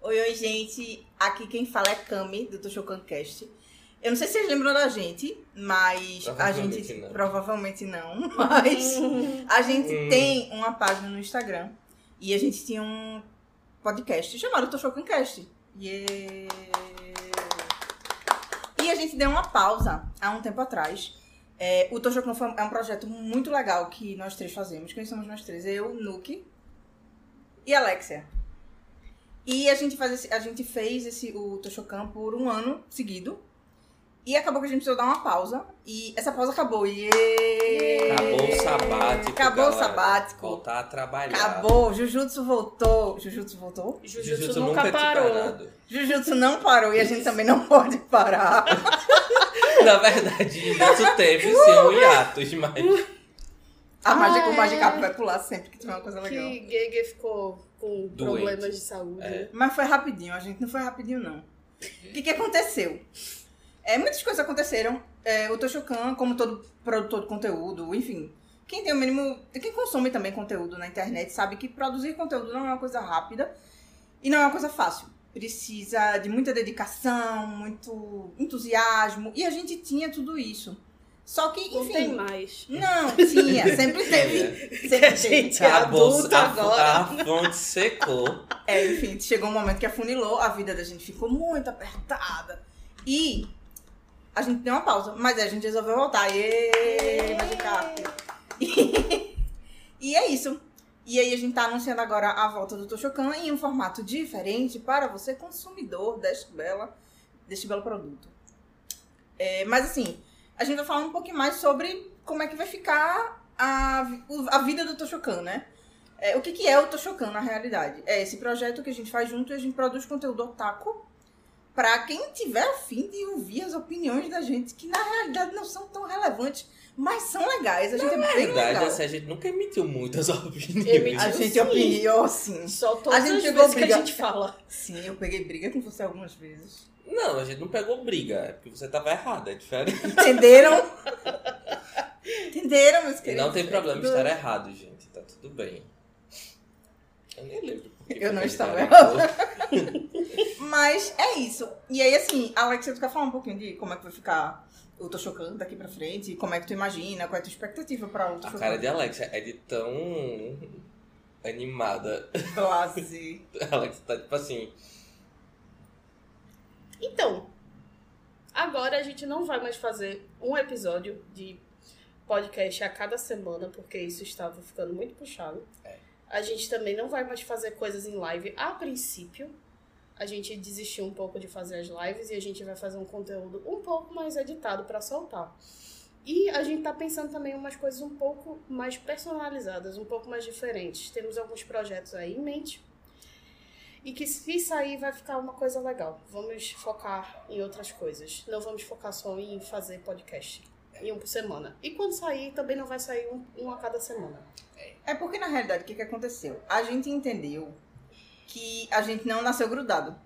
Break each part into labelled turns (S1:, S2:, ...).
S1: Oi, oi, gente. Aqui quem fala é Cami, do Toshocancast. Eu não sei se vocês lembram da gente, mas a
S2: Provavelmente
S1: gente.
S2: não.
S1: Provavelmente não, mas a gente
S2: Hum.
S1: tem uma página no Instagram e a gente tinha um podcast chamado Toshocancast. Yeah. E a gente deu uma pausa há um tempo atrás. É, o Toshocan foi- é um projeto muito legal que nós três fazemos. Quem somos nós três? Eu, Nuke e Alexia. E a gente, faz esse- a gente fez esse, o Toshocan por um ano seguido. E acabou que a gente precisou dar uma pausa. E essa pausa acabou. Iê!
S2: Acabou o sabático.
S1: Acabou
S2: galera.
S1: o sabático.
S2: Voltar a trabalhar.
S1: Acabou. Jujutsu voltou. Jujutsu voltou?
S2: Jujutsu,
S3: Jujutsu, nunca, é
S2: tinha
S3: parou.
S2: parado.
S1: Jujutsu não parou e a gente também não pode parar.
S2: Na verdade, Jujutsu teve sim um hiatus, mas
S1: A mágica,
S3: Ah,
S1: o Magikarp
S3: é.
S1: vai pular sempre que tiver uma coisa legal.
S3: Que Gege ficou com
S2: Doente.
S3: problemas de saúde.
S2: É.
S1: Mas foi rapidinho, a gente não foi rapidinho, não. O que, que aconteceu? É, muitas coisas aconteceram. É, o Toshokan, como todo produtor de conteúdo, enfim. Quem tem o mínimo. Quem consome também conteúdo na internet sabe que produzir conteúdo não é uma coisa rápida e não é uma coisa fácil. Precisa de muita dedicação, muito entusiasmo. E a gente tinha tudo isso. Só que,
S3: Não tem
S1: enfim.
S3: mais. É.
S1: Não, tinha, sempre teve.
S2: né?
S1: Sempre
S3: A
S1: teve.
S3: gente é
S2: a,
S3: adulto
S2: bolsa, tá a,
S3: agora.
S2: a fonte secou.
S1: É, enfim, chegou um momento que afunilou, a vida da gente ficou muito apertada. E a gente deu uma pausa, mas aí a gente resolveu voltar. Êêê, Magikarp! E, e é isso. E aí a gente tá anunciando agora a volta do Toshokan em um formato diferente para você, consumidor deste, bela, deste belo produto. É, mas assim, a gente vai falar um pouquinho mais sobre como é que vai ficar a, vi- o- a vida do Toshokan, né? É, o que, que é o Toshokan na realidade? É esse projeto que a gente faz junto e a gente produz conteúdo otaku pra quem tiver afim de ouvir as opiniões da gente, que na realidade não são tão relevantes, mas são legais. A gente é
S2: Na
S1: bem legal.
S2: verdade, assim, a gente nunca emitiu muitas opiniões.
S3: Emitiu.
S1: A
S3: Sim.
S1: gente opiniou, sim.
S3: Só todas
S1: A gente
S3: as
S1: chegou
S3: vezes que
S1: briga-
S3: a gente fala.
S1: Sim, eu peguei briga com você algumas vezes.
S2: Não, a gente não pegou briga. É porque você tava errada, é diferente.
S1: Entenderam? Entenderam, meus
S2: E
S1: queridos?
S2: não tem problema estar errado, gente. Tá tudo bem. Eu nem lembro. por que tá
S1: Eu
S2: foi
S1: não
S2: que a gente
S1: estava
S2: arrancou.
S1: Mas é isso. E aí, assim, Alex, você quer falar um pouquinho de como é que vai ficar o Tô Chocando daqui pra frente? Como é que tu imagina? Qual é a tua expectativa pra o Tô
S2: A
S1: Chocando?
S2: cara de Alexa é de tão animada.
S1: Blase.
S2: A Alexa tá tipo assim.
S3: Então, agora a gente não vai mais fazer um episódio de podcast a cada semana, porque isso estava ficando muito puxado. A gente também não vai mais fazer coisas em live a princípio. A gente desistiu um pouco de fazer as lives e a gente vai fazer um conteúdo um pouco mais editado pra soltar. E a gente tá pensando também em umas coisas um pouco mais personalizadas, um pouco mais diferentes. Temos alguns projetos aí em mente. E que se sair vai ficar uma coisa legal. Vamos focar em outras coisas. Não vamos focar só em fazer podcast. Em um por semana. E quando sair, também não vai sair um, um a cada semana.
S1: É porque, na realidade, o que, que aconteceu? A gente entendeu que a gente não nasceu grudado.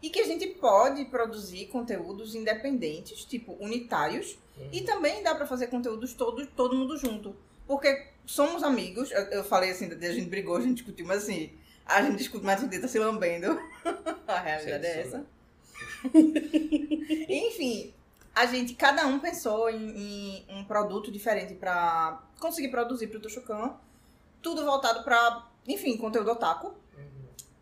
S1: E que a gente pode produzir conteúdos independentes, tipo unitários, E também dá pra fazer conteúdos todos, todo mundo junto. Porque somos amigos. Eu, eu falei assim, a gente brigou, a gente discutiu, mas assim, a gente discute, mas a gente tá se lambendo. a realidade é
S2: Sim,
S1: essa. Enfim, a gente, cada um pensou em, em um produto diferente pra conseguir produzir pro Toshokan. Tudo voltado pra, enfim, conteúdo otaku.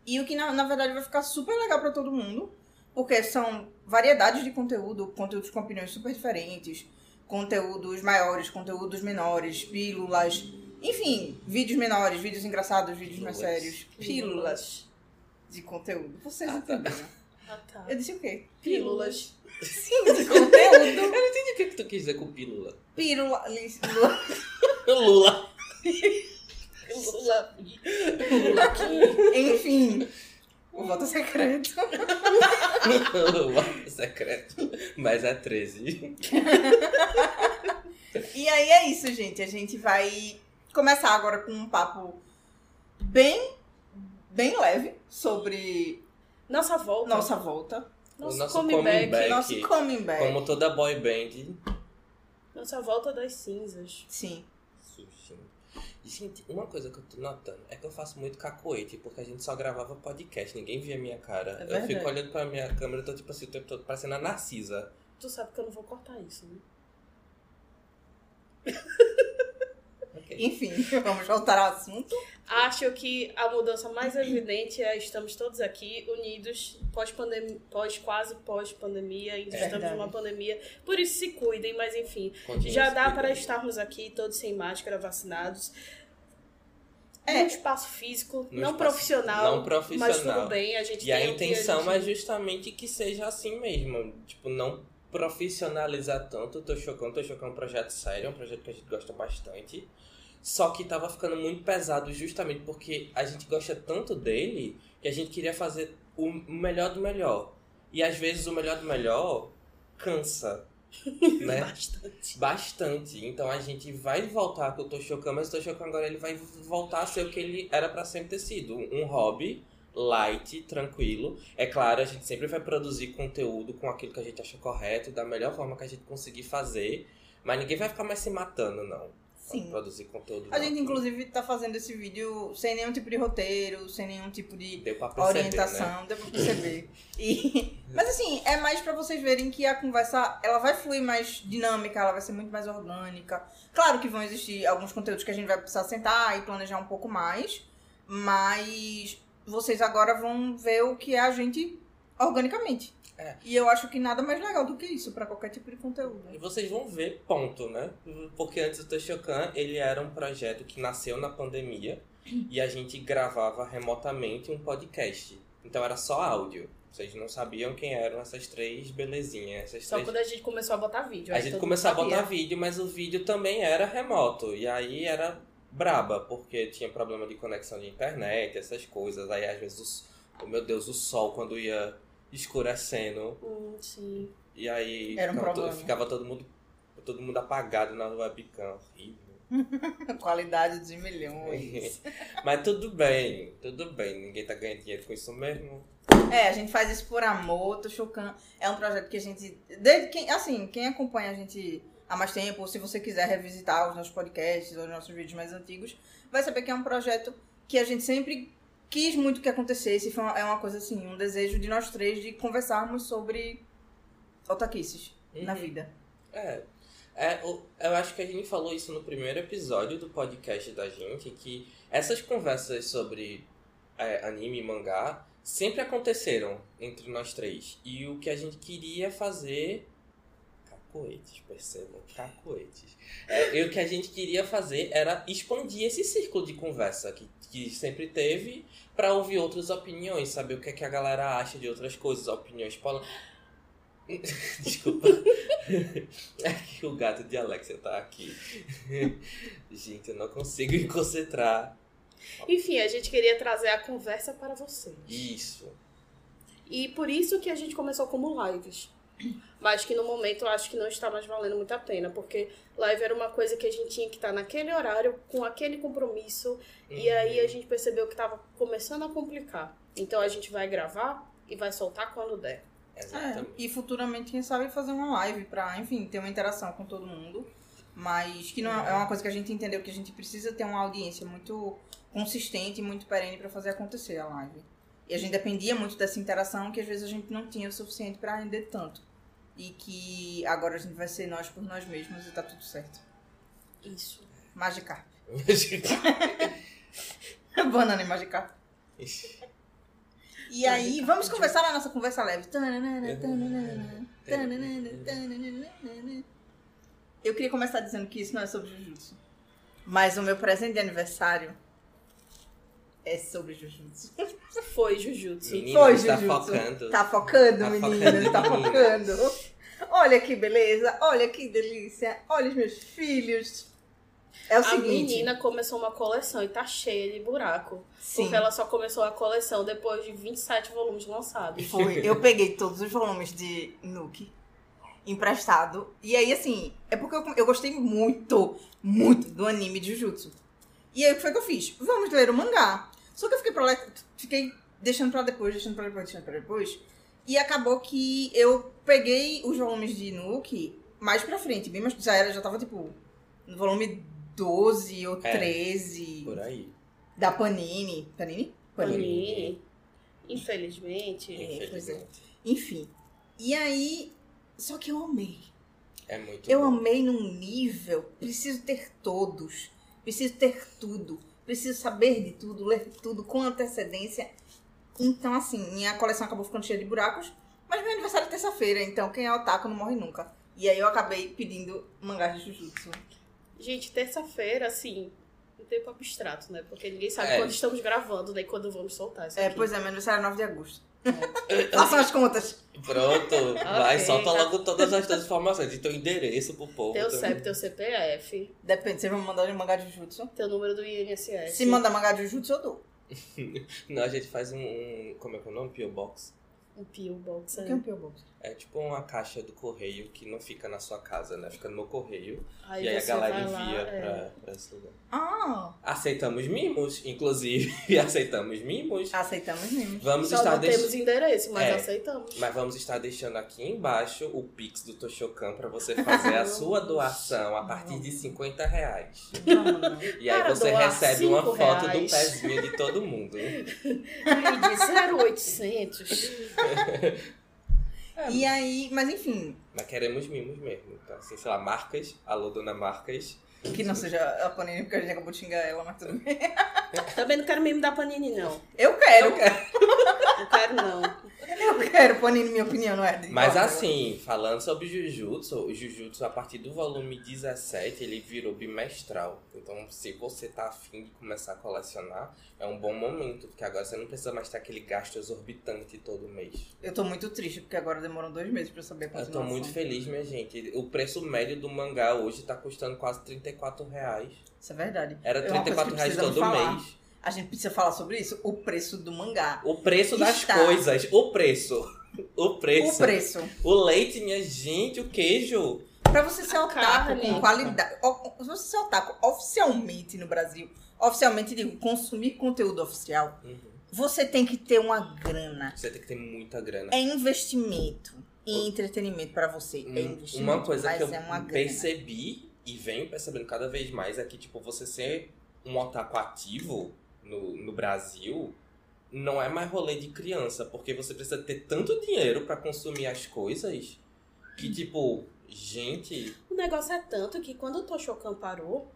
S1: E o que na, na verdade vai ficar super legal pra todo mundo, porque são variedades de conteúdo, conteúdos com opiniões super diferentes, conteúdos maiores, conteúdos menores, pílulas, enfim, vídeos menores, vídeos engraçados, vídeos mais
S2: Pílulas.
S1: sérios, pílulas de conteúdo. Vocês
S2: Ah, tá.
S1: entenderam?
S3: Ah, tá.
S1: né? Eu disse o quê?
S3: Pílulas.
S1: Sim, de conteúdo.
S2: Eu não entendi o que, que tu quis dizer com pílula.
S1: Pílula.
S2: Lula.
S3: Pílula.
S1: Enfim. O voto secreto.
S2: Lula. Secreto. Mas é 13.
S1: E aí é isso, gente. A gente vai começar agora com um papo bem, bem leve sobre
S3: Nossa volta.
S1: nossa volta,
S3: Nosso,
S2: O nosso
S3: comeback.
S2: comeback. É
S1: nosso
S2: que-
S1: coming back.
S2: Como toda boy band.
S3: Nossa volta das cinzas.
S1: Sim.
S2: Sushi. Gente, uma coisa que eu tô notando é que eu faço muito cacoete, porque a gente só gravava podcast, ninguém via a minha cara.
S3: É
S2: eu
S3: verdade.
S2: fico olhando pra minha câmera, eu tô tipo assim, o tempo todo parecendo a Narcisa.
S3: Tu sabe que eu não vou cortar isso, né?
S2: Ok.
S1: Enfim, vamos voltar ao assunto.
S3: Acho que a mudança mais evidente é estamos todos aqui unidos pós pandemia, pós quase pós pandemia, ainda
S2: É
S3: estamos
S1: verdade.
S3: numa pandemia. Por isso se cuidem, mas enfim,
S2: Continue
S3: já
S2: se
S3: dá para
S2: cuidando.
S3: estarmos aqui todos sem máscara, vacinados.
S1: É.
S3: Num espaço físico,
S2: Num
S3: não
S2: espaço-
S3: profissional,
S2: não profissional.
S3: mas tudo bem, a gente
S2: E a
S3: tem o que
S2: intenção
S3: gente-
S2: é justamente que seja assim mesmo. Tipo, não profissionalizar tanto. Tô chocando, tô chocando um projeto sério, um projeto que a gente gosta bastante. Só que tava ficando muito pesado justamente porque a gente gosta tanto dele que a gente queria fazer o melhor do melhor. E às vezes o melhor do melhor cansa, né?
S3: bastante.
S2: Bastante. Então a gente vai voltar com o Tô Chocando, mas o Tô Chocando agora ele vai voltar a ser o que ele era pra sempre ter sido. Um hobby light, tranquilo. É claro, a gente sempre vai produzir conteúdo com aquilo que a gente acha correto, da melhor forma que a gente conseguir fazer. Mas ninguém vai ficar mais se matando, não. Pra
S1: Sim.
S2: produzir conteúdo.
S1: A
S2: não.
S1: gente, inclusive, tá fazendo esse vídeo sem nenhum tipo de roteiro, sem nenhum tipo de
S2: Deu pra perceber, né?
S1: orientação, deu pra perceber. E- Mas assim, é mais pra vocês verem que a conversa ela vai fluir mais dinâmica, ela vai ser muito mais orgânica. Claro que vão existir alguns conteúdos que a gente vai precisar sentar e planejar um pouco mais, mas vocês agora vão ver o que é a gente organicamente.
S2: É.
S1: E eu acho que nada mais legal do que isso pra qualquer tipo de conteúdo.
S2: E vocês vão ver, ponto, né? Porque antes do Toshokan, ele era um projeto que nasceu na pandemia e a gente gravava remotamente um podcast. Então era só áudio. Vocês não sabiam quem eram essas três belezinhas. Essas
S3: Só
S2: três...
S3: quando a gente começou a botar vídeo.
S2: A
S3: aí
S2: gente
S3: todo
S2: começou a
S3: mundo
S2: botar
S3: sabia.
S2: vídeo, mas o vídeo também era remoto. E aí era braba, porque tinha problema de conexão de internet, essas coisas. Aí às vezes, o... oh, meu Deus, o sol quando ia escurecendo.
S3: Hum, sim.
S2: E aí
S1: Era um
S2: ficava, to-
S1: problema.
S2: ficava todo mundo todo mundo apagado na webcam. Horrível.
S1: Qualidade de milhões.
S2: Mas tudo bem, tudo bem. Ninguém tá ganhando dinheiro com isso mesmo.
S1: É, a gente faz isso por amor, tô chocando. É um projeto que a gente. Desde quem, assim, quem acompanha a gente há mais tempo, ou se você quiser revisitar os nossos podcasts ou os nossos vídeos mais antigos, vai saber que é um projeto que a gente sempre quis muito que acontecesse. Foi uma- é uma coisa assim, um desejo de nós três de conversarmos sobre otaquices na
S2: Uhum.
S1: vida.
S2: É. É, o- eu acho que a gente falou isso no primeiro episódio do podcast da gente, que essas conversas sobre é, anime e mangá sempre aconteceram entre nós três. E o que a gente queria fazer. Cacoetes, percebam, cacoetes. É, e o que a gente queria fazer era expandir esse círculo de conversa que, que sempre teve para ouvir outras opiniões, saber o que, é que a galera acha de outras coisas, opiniões. Paula... Desculpa. É que o gato de Alexia tá aqui. Gente, eu não consigo me concentrar.
S3: Enfim, a gente queria trazer a conversa para você.
S2: Isso.
S3: E por isso que a gente começou como lives. Mas que no momento eu acho que não está mais valendo muito a pena, porque live era uma coisa que a gente tinha que estar naquele horário, com aquele compromisso, e
S2: Uhum.
S3: aí a gente percebeu que estava começando a complicar. Então a gente vai gravar e vai soltar quando der.
S1: É,
S2: Exatamente.
S1: e futuramente, quem sabe, fazer uma live pra, enfim, ter uma interação com todo mundo. Mas que não é é uma coisa que a gente entendeu que a gente precisa ter uma audiência muito consistente e muito perene pra fazer acontecer a live. E a gente dependia muito dessa interação que às vezes a gente não tinha o suficiente pra render tanto. E que agora a gente vai ser nós por nós mesmos e tá tudo certo.
S3: Isso.
S1: Magikarp.
S2: Uhum.
S1: Banana e Magikarp. E aí, vamos conversar na nossa conversa leve. Tananana, tananana. É. Eu queria começar dizendo que isso não é sobre Jujutsu. Mas o meu presente de aniversário é sobre Jujutsu.
S3: Foi Jujutsu.
S2: Menina,
S1: Foi,
S2: tá
S1: Jujutsu.
S2: focando.
S1: Tá focando,
S2: Tá
S1: meninas?
S2: focando,
S1: Tá focando.
S2: meninas.
S1: Olha que beleza, olha que delícia, olha os meus filhos. É o
S3: a
S1: seguinte.
S3: menina começou uma coleção e tá cheia de buraco.
S1: sim,
S3: Porque ela só começou a coleção depois de 27 volumes lançados.
S1: foi. Eu peguei todos os volumes de Nuke emprestado. E aí, assim, é porque eu, eu gostei muito, muito do anime de Jujutsu. E aí, o que foi que eu fiz? Vamos ler o mangá. Só que eu fiquei, pra lá- fiquei deixando pra depois, deixando pra depois, deixando pra depois. E acabou que eu peguei os volumes de Nuke mais pra frente, bem mais. Já era, já tava tipo. No volume 12 ou
S2: É.
S1: 13
S2: Por aí.
S1: da Panini. Panini? Panini.
S3: Panini. Infelizmente.
S1: É, pois
S2: Infelizmente.
S1: Enfim. E aí. Só que eu amei.
S2: É muito
S1: Eu
S2: bom.
S1: amei num nível. Preciso ter todos. Preciso ter tudo. Preciso saber de tudo, ler tudo com antecedência. Então, assim, minha coleção acabou ficando cheia de buracos. Mas meu aniversário é terça-feira, então quem é otaku não morre nunca. E aí eu acabei pedindo mangás de Jujutsu.
S3: Gente, terça-feira, assim, um tempo abstrato, né? Porque ninguém sabe
S2: É.
S3: quando estamos gravando, nem quando vamos soltar isso
S1: É,
S3: aqui.
S1: pois é, meu aniversário é 9 de agosto. Façam as contas.
S2: Pronto, vai,
S3: Ok,
S2: solta
S3: tá.
S2: logo todas as tuas informações e teu endereço pro povo.
S3: Teu
S2: também.
S3: CEP, teu CPF,
S1: Depende, vocês vão mandar de mangá de Jujutsu?
S3: teu número do INSS.
S1: Se mandar mangá de Jujutsu, eu dou.
S2: Não, a gente faz um, um- Como é que é o nome? P.O. Box.
S3: Um P.O. Box.
S1: Isso
S3: né?
S1: aqui é um piobão.
S2: É tipo uma caixa do correio que não fica na sua casa, né? Fica no meu correio.
S3: Aí,
S2: e aí a
S3: você
S2: galera
S3: vai lá,
S2: envia
S3: é.
S2: pra, pra esse lugar.
S1: Ah,
S2: Aceitamos mimos, inclusive. aceitamos mimos.
S1: aceitamos mesmo.
S2: Vamos
S3: Só
S2: estar
S3: não
S2: deixando.
S3: temos endereço, mas
S2: É.
S3: aceitamos.
S2: Mas vamos estar deixando aqui embaixo o Pix do Toshokan pra você fazer a sua doação a partir de 50 reais.
S1: Vamos, né?
S2: E aí
S3: Para
S2: você
S3: doar
S2: recebe uma
S3: cinco
S2: foto do
S3: reais.
S2: pezinho de todo mundo.
S3: Lide 0800.
S2: É,
S1: E aí, mas enfim,
S2: Mas queremos mimos mesmo. Então, assim, sei lá, marcas. Alô, dona Marcas.
S1: que não seja a Panini, porque a gente acabou de xingar ela, mas tudo bem.
S3: Também não quero meme da Panini, não.
S1: Eu quero, eu
S2: Então,
S1: quero,
S3: Não quero, não.
S1: eu quero Panini, minha opinião, não é? de-
S2: Mas
S1: Ó,
S2: assim, falando sobre Jujutsu, o Jujutsu, a partir do volume 17, ele virou bimestral. Então, se você tá afim de começar a colecionar, é um bom momento, porque agora você não precisa mais ter aquele gasto exorbitante todo mês.
S1: Eu tô muito triste, porque agora demorou dois meses pra eu saber quanto
S2: Eu tô muito feliz, minha gente. O preço médio do mangá hoje tá custando quase 34 reais.
S1: Isso é verdade.
S2: Era
S1: É uma coisa
S2: 34
S1: que
S2: reais
S1: precisamos
S2: todo
S1: falar.
S2: mês.
S1: A gente precisa falar sobre isso? O preço do mangá.
S2: O preço das
S1: Está.
S2: coisas. O preço. O
S1: O
S2: preço.
S1: preço.
S2: O leite, minha gente, o queijo.
S1: Pra você ser
S3: A
S1: otaku
S3: carne.
S1: com qualidade. o- Se você ser otaku oficialmente no Brasil, oficialmente digo, consumir conteúdo oficial,
S2: Uhum.
S1: você tem que ter uma grana.
S2: Você tem que ter muita grana.
S1: É investimento. E entretenimento pra você. É
S2: Um-
S1: investimento.
S2: uma coisa
S1: mas
S2: que eu
S1: é uma grana.
S2: percebi e venho percebendo cada vez mais é que, tipo, você ser um otaku ativo no, no Brasil não é mais rolê de criança, porque você precisa ter tanto dinheiro pra consumir as coisas que, tipo, gente.
S3: O negócio é tanto que quando o Toshokan parou,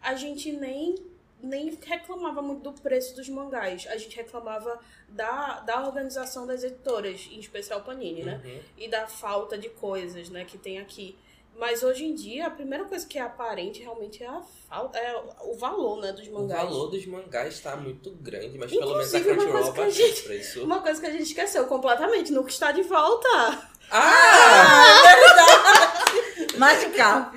S3: a gente nem, nem reclamava muito do preço dos mangás. A gente reclamava da, da organização das editoras, em especial Panini, né?
S2: uhum.
S3: E da falta de coisas, né, que tem aqui. Mas hoje em dia, a primeira coisa que é aparente realmente é, a falta, é o valor, né, dos
S2: O
S3: mangás.
S2: valor dos mangás tá muito grande, mas
S3: Inclusive,
S2: pelo
S3: uma
S2: menos a Crunchyroll
S3: coisa que a
S2: baixou
S3: gente-
S2: o preço.
S3: Uma coisa que a gente esqueceu completamente, no que está de volta.
S2: Ah!
S1: Mas de carro.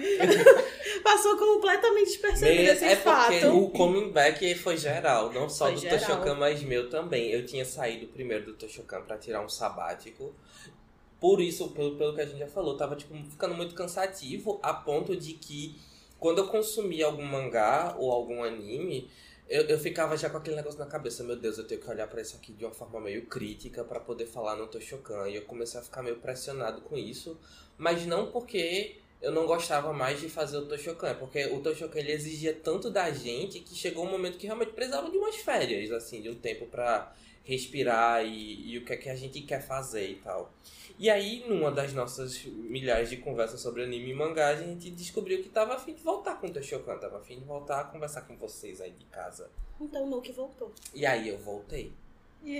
S3: Passou completamente despercebido esse
S2: é porque
S3: fato.
S2: o coming back foi geral, não só
S3: Foi
S2: do
S3: geral.
S2: Toshokan, mas meu também. Eu tinha saído primeiro do Toshokan pra tirar um sabático. Por isso, pelo, pelo que a gente já falou, tava tipo, ficando muito cansativo a ponto de que quando eu consumia algum mangá ou algum anime, eu, eu ficava já com aquele negócio na cabeça, meu Deus, eu tenho que olhar pra isso aqui de uma forma meio crítica pra poder falar no Toshokan. E eu comecei a ficar meio pressionado com isso, mas não porque eu não gostava mais de fazer o Toshokan, porque o Toshokan ele exigia tanto da gente que chegou um momento que realmente precisava de umas férias, assim, de um tempo pra respirar e, e o que é que a gente quer fazer e tal. E aí, numa das nossas milhares de conversas sobre anime e mangá, a gente descobriu que tava afim de voltar com o Toshokan, tava afim de voltar a conversar com vocês aí de casa.
S3: Então o Nuke voltou.
S2: E aí eu voltei.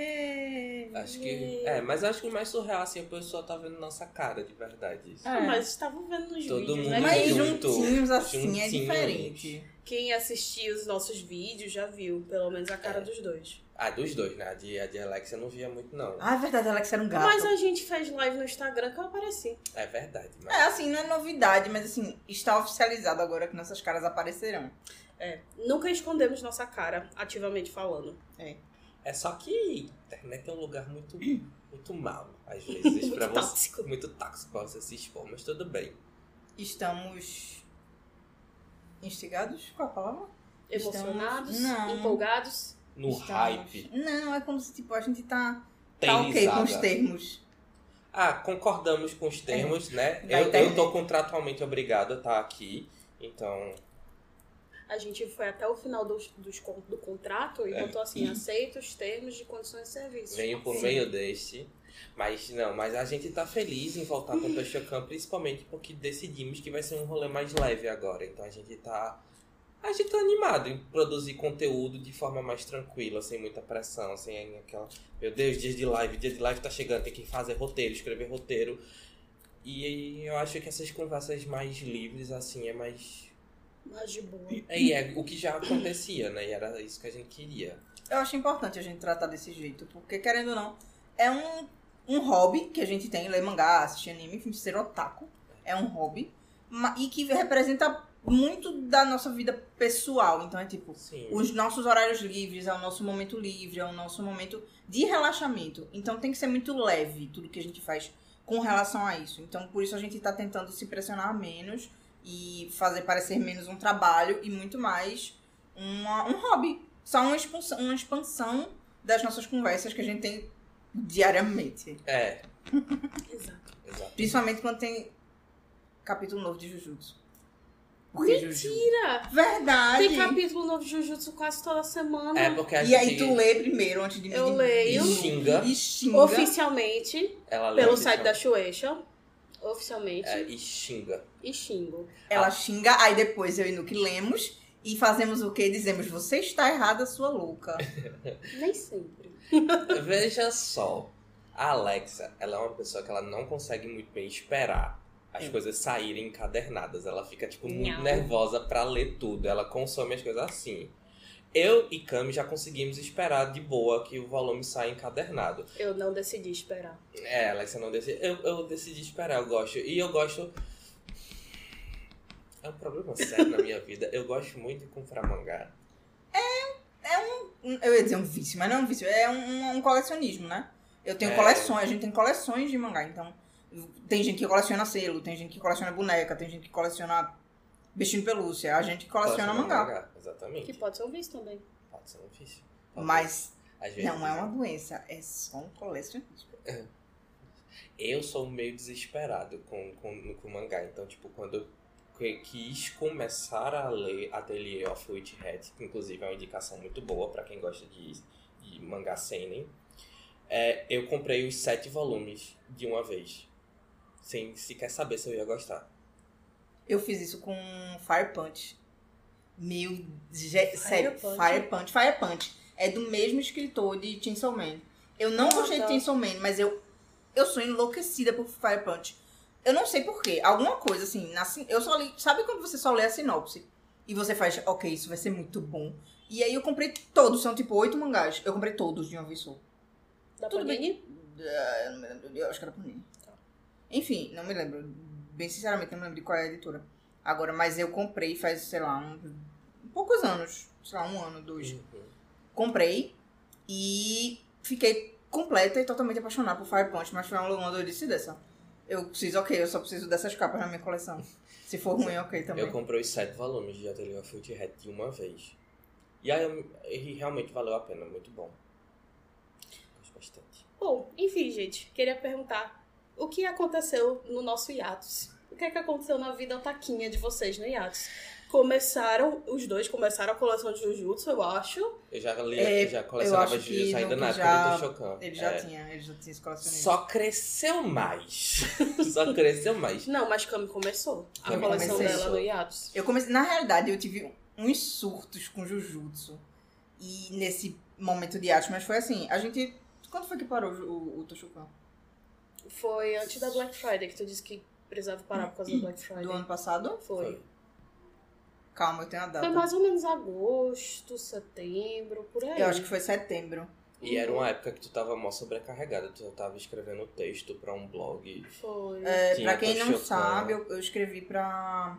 S1: Yeah.
S2: Acho que.
S1: Uhum.
S2: É, mas acho que o mais surreal, assim, a pessoa tá vendo nossa cara de verdade. Isso.
S1: É.
S3: Mas estavam vendo nos
S2: Todo
S3: vídeos,
S2: mundo
S3: né?
S1: Mas
S3: Quem-
S2: junto,
S1: juntinhos assim é
S2: juntinhos.
S1: diferente.
S3: Quem assistiu os nossos vídeos já viu, pelo menos a cara
S2: É.
S3: dos dois.
S2: Ah, dos dois, né? A de, a de Alex eu não via muito, não.
S1: Ah, é verdade, Alex era um gato.
S3: Mas a gente fez live no Instagram que eu apareci.
S2: É verdade, mas.
S1: É, assim, não é novidade, mas assim, está oficializado agora que nossas caras aparecerão.
S3: É. Nunca escondemos nossa cara, ativamente falando.
S2: É só que a internet é um lugar muito, muito mal, às vezes, pra
S3: Muito
S2: você.
S3: tóxico.
S2: Muito tóxico pra você se expor, mas tudo bem.
S1: Estamos instigados? Qual a palavra? Estamos-
S3: Emocionados,
S1: Não.
S3: empolgados.
S2: No
S1: Estamos-
S2: hype,
S1: Não, é como se tipo, a gente tá, tá ok com os
S2: tenisada.
S1: termos.
S2: Ah, concordamos com os
S1: É.
S2: termos, né?
S1: Da
S2: Eu, eu
S1: internet.
S2: tô contratualmente obrigado a estar aqui, então.
S3: A gente foi até o final dos, dos, con- do contrato e
S2: É.
S3: botou assim, aceita os termos de condições de serviço.
S2: Venho por meio deste. Mas não, mas a gente tá feliz em voltar com o Peixocam, principalmente porque decidimos que vai ser um rolê mais leve agora. Então a gente tá. A gente tá animado em produzir conteúdo de forma mais tranquila, sem muita pressão, sem aquela. Meu Deus, dias de live, dia de live tá chegando, tem que fazer roteiro, escrever roteiro. E eu acho que essas conversas mais livres, assim, é mais.
S3: Mas de boa.
S2: E é o que já acontecia, né? E era isso que a gente queria.
S1: Eu acho importante a gente tratar desse jeito, porque querendo ou não, é um, um hobby que a gente tem, ler mangá, assistir anime, enfim, ser otaku, é um hobby, ma- e que representa muito da nossa vida pessoal, então é tipo,
S2: Sim.
S1: os nossos horários livres, é o nosso momento livre, é o nosso momento de relaxamento. Então tem que ser muito leve tudo que a gente faz com relação a isso. Então por isso a gente tá tentando se pressionar menos e fazer parecer menos um trabalho e muito mais uma- um hobby. Só uma expansão, uma expansão das nossas conversas que a gente tem diariamente.
S2: É,
S3: Exato.
S2: exato.
S1: Principalmente quando tem capítulo novo de Jujutsu. Porque Jujutsu.
S3: Mentira!
S1: Verdade!
S3: Tem capítulo novo de Jujutsu quase toda semana.
S2: É porque a
S1: Uhum. E
S2: gente.
S1: aí tu lê primeiro antes de me
S3: Eu
S1: de-
S3: leio.
S1: de-
S2: Xinga.
S1: E xinga.
S3: Oficialmente,
S2: Ela lê
S3: pelo
S2: a
S3: site
S2: sessão.
S3: da Shueisha. Oficialmente.
S2: É, e xinga.
S3: E xingo.
S1: Ela xinga, aí depois eu e Nuke lemos e fazemos o quê? Dizemos, você está errada, sua louca.
S3: Nem sempre.
S2: Veja só. A Alexa, ela é uma pessoa que ela não consegue muito bem esperar as
S1: Hum.
S2: coisas saírem encadernadas. Ela fica, tipo, muito
S3: Não.
S2: nervosa pra ler tudo. Ela consome as coisas assim. Eu e Cami já conseguimos esperar de boa que o volume saia encadernado.
S3: Eu não decidi esperar.
S2: É, Alexa não decidi. Eu, eu decidi esperar, eu gosto. E eu gosto. É um problema sério na minha vida. Eu gosto muito de comprar mangá.
S1: Um- Eu ia dizer um vício, mas não é um vício, é um, um colecionismo, né? Eu tenho
S2: É.
S1: coleções, a gente tem coleções de mangá, então tem gente que coleciona selo, tem gente que coleciona boneca, tem gente que coleciona bichinho de pelúcia, a gente que coleciona mangá.
S2: Exatamente.
S3: Que pode ser um vício também.
S2: Pode ser um vício. Pode
S1: Mas
S2: Às vezes,
S1: não é uma doença, é só um colecionismo.
S2: Eu sou meio desesperado com, com, com mangá. Então, tipo, quando eu que- quis começar a ler Atelier of Witch Hat, que inclusive é uma indicação muito boa pra quem gosta de, de mangá seinen, é, eu comprei os sete volumes de uma vez. Sem sequer saber se eu ia gostar.
S1: Eu fiz isso com Fire Punch. Meu, je- sério,
S3: Punch?
S1: Fire Punch. Fire Punch é do mesmo escritor de Chainsaw Man. Eu não
S3: Ah,
S1: gostei
S3: tá.
S1: de Chainsaw Man, mas eu, eu sou enlouquecida por Fire Punch. Eu não sei porquê. Alguma coisa, assim, na sin- eu só li... Sabe quando você só lê a sinopse? E você faz, ok, isso vai ser muito bom. E aí eu comprei todos, são tipo oito mangás. Eu comprei todos de uma vez só.
S3: Da
S1: Tudo
S3: Panini?
S1: Ah, Eu não me lembro, eu acho que era Panini. Enfim, não me lembro. Bem sinceramente, não me lembro de qual é a editora. Agora, mas eu comprei faz, sei lá, um, poucos anos. Sei lá, um ano, dois.
S2: Uhum.
S1: Comprei e fiquei completa e totalmente apaixonada por Fire Punch, mas foi uma longa disse dessa. Eu preciso, ok, eu só preciso dessas capas na minha coleção. Se for ruim, ok também.
S2: Eu comprei os sete volumes de Atelier of Witch Hat de uma vez. E aí eu- e realmente valeu a pena, muito bom. Gosto bastante.
S3: Bom, enfim, gente, queria perguntar o que aconteceu no nosso hiatus? O que é que aconteceu na vida otaquinha de vocês no hiatus? Começaram, os dois começaram a coleção de Jujutsu, eu acho.
S2: Eu já, li,
S1: É,
S2: eu já colecionava
S1: eu acho que
S2: Jujutsu ainda
S1: não,
S2: na
S1: que
S2: época
S1: já-
S2: do Tenshokan.
S1: Ele já
S2: É.
S1: tinha, ele já tinha esse colecionismo.
S2: Só cresceu mais. Só cresceu mais.
S3: Não, mas Kami começou a
S2: Kami
S3: coleção
S1: começou.
S3: dela no hiatus.
S1: Eu comecei, na realidade, eu tive uns surtos com Jujutsu. E nesse momento de arte, mas foi assim, a gente. Quando foi que parou o, o, o Toshukan?
S3: Foi antes da Black Friday que tu disse que precisava parar por causa da Black Friday.
S1: Do ano passado?
S3: Foi.
S1: Calma, eu tenho a
S3: Foi
S1: data.
S3: mais ou menos agosto, setembro, por aí.
S1: Eu acho que um foi setembro.
S2: E era uma época que tu tava mó sobrecarregada. Tu tava escrevendo texto pra um blog.
S3: Foi.
S1: É,
S2: Tinha
S1: pra quem não
S2: Toshukan.
S1: sabe, eu, eu escrevi pra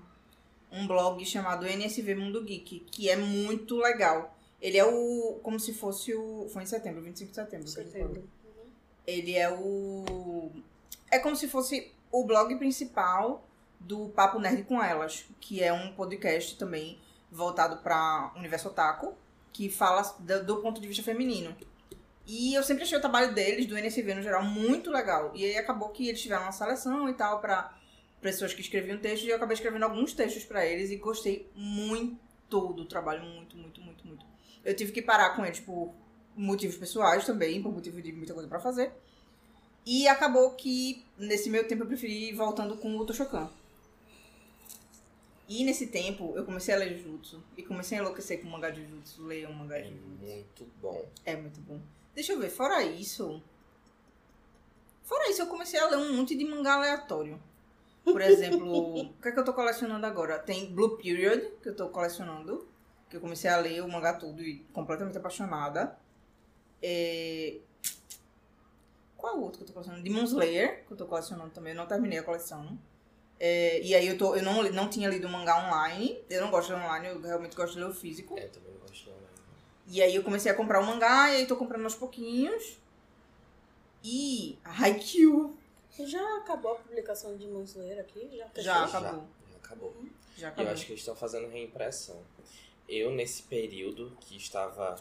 S1: um blog chamado NSV Mundo Geek, que é muito legal. Ele é o. como se fosse o. Foi em setembro, 25 de setembro. que eu escrevi.
S3: setembro.
S1: Ele é o. É como se fosse o blog principal do Papo Nerd com Elas, que é um podcast também voltado para universo otaku, que fala do, do ponto de vista feminino. E eu sempre achei o trabalho deles, do NSV no geral, muito legal. E aí acabou que eles tiveram uma seleção e tal para pessoas que escreviam textos, e eu acabei escrevendo alguns textos para eles e gostei muito todo, trabalho muito, muito, muito, muito. Eu tive que parar com eles por motivos pessoais também, por motivo de muita coisa pra fazer. E acabou que, nesse meu tempo, eu preferi ir voltando com o Toshokan. E nesse tempo, eu comecei a ler Jujutsu. E comecei a enlouquecer com o mangá de Jujutsu. Ler um mangá
S2: É
S1: de Jujutsu.
S2: muito bom.
S1: É muito bom. Deixa eu ver, fora isso. Fora isso, eu comecei a ler um monte de mangá aleatório. Por exemplo, o que é que eu tô colecionando agora? Tem Blue Period, que eu tô colecionando. Que eu comecei a ler o mangá tudo e completamente apaixonada. É, Qual outro que eu tô colecionando? Demon Slayer, que eu tô colecionando também. Eu não terminei a coleção. É, E aí eu, tô, eu não, li- não tinha lido o mangá online. Eu não gosto de ler online, eu realmente gosto de ler o físico.
S2: É, eu também não gosto não, né?
S1: E aí eu comecei a comprar o mangá, e aí tô comprando aos pouquinhos. E a Haikyuu
S3: Já acabou a publicação de Demon Slayer aqui? Já, fechou?
S1: já acabou.
S2: Já acabou.
S1: Já
S2: E Tá eu
S1: acabou.
S2: acho que eles estão fazendo reimpressão. Eu, nesse período que estava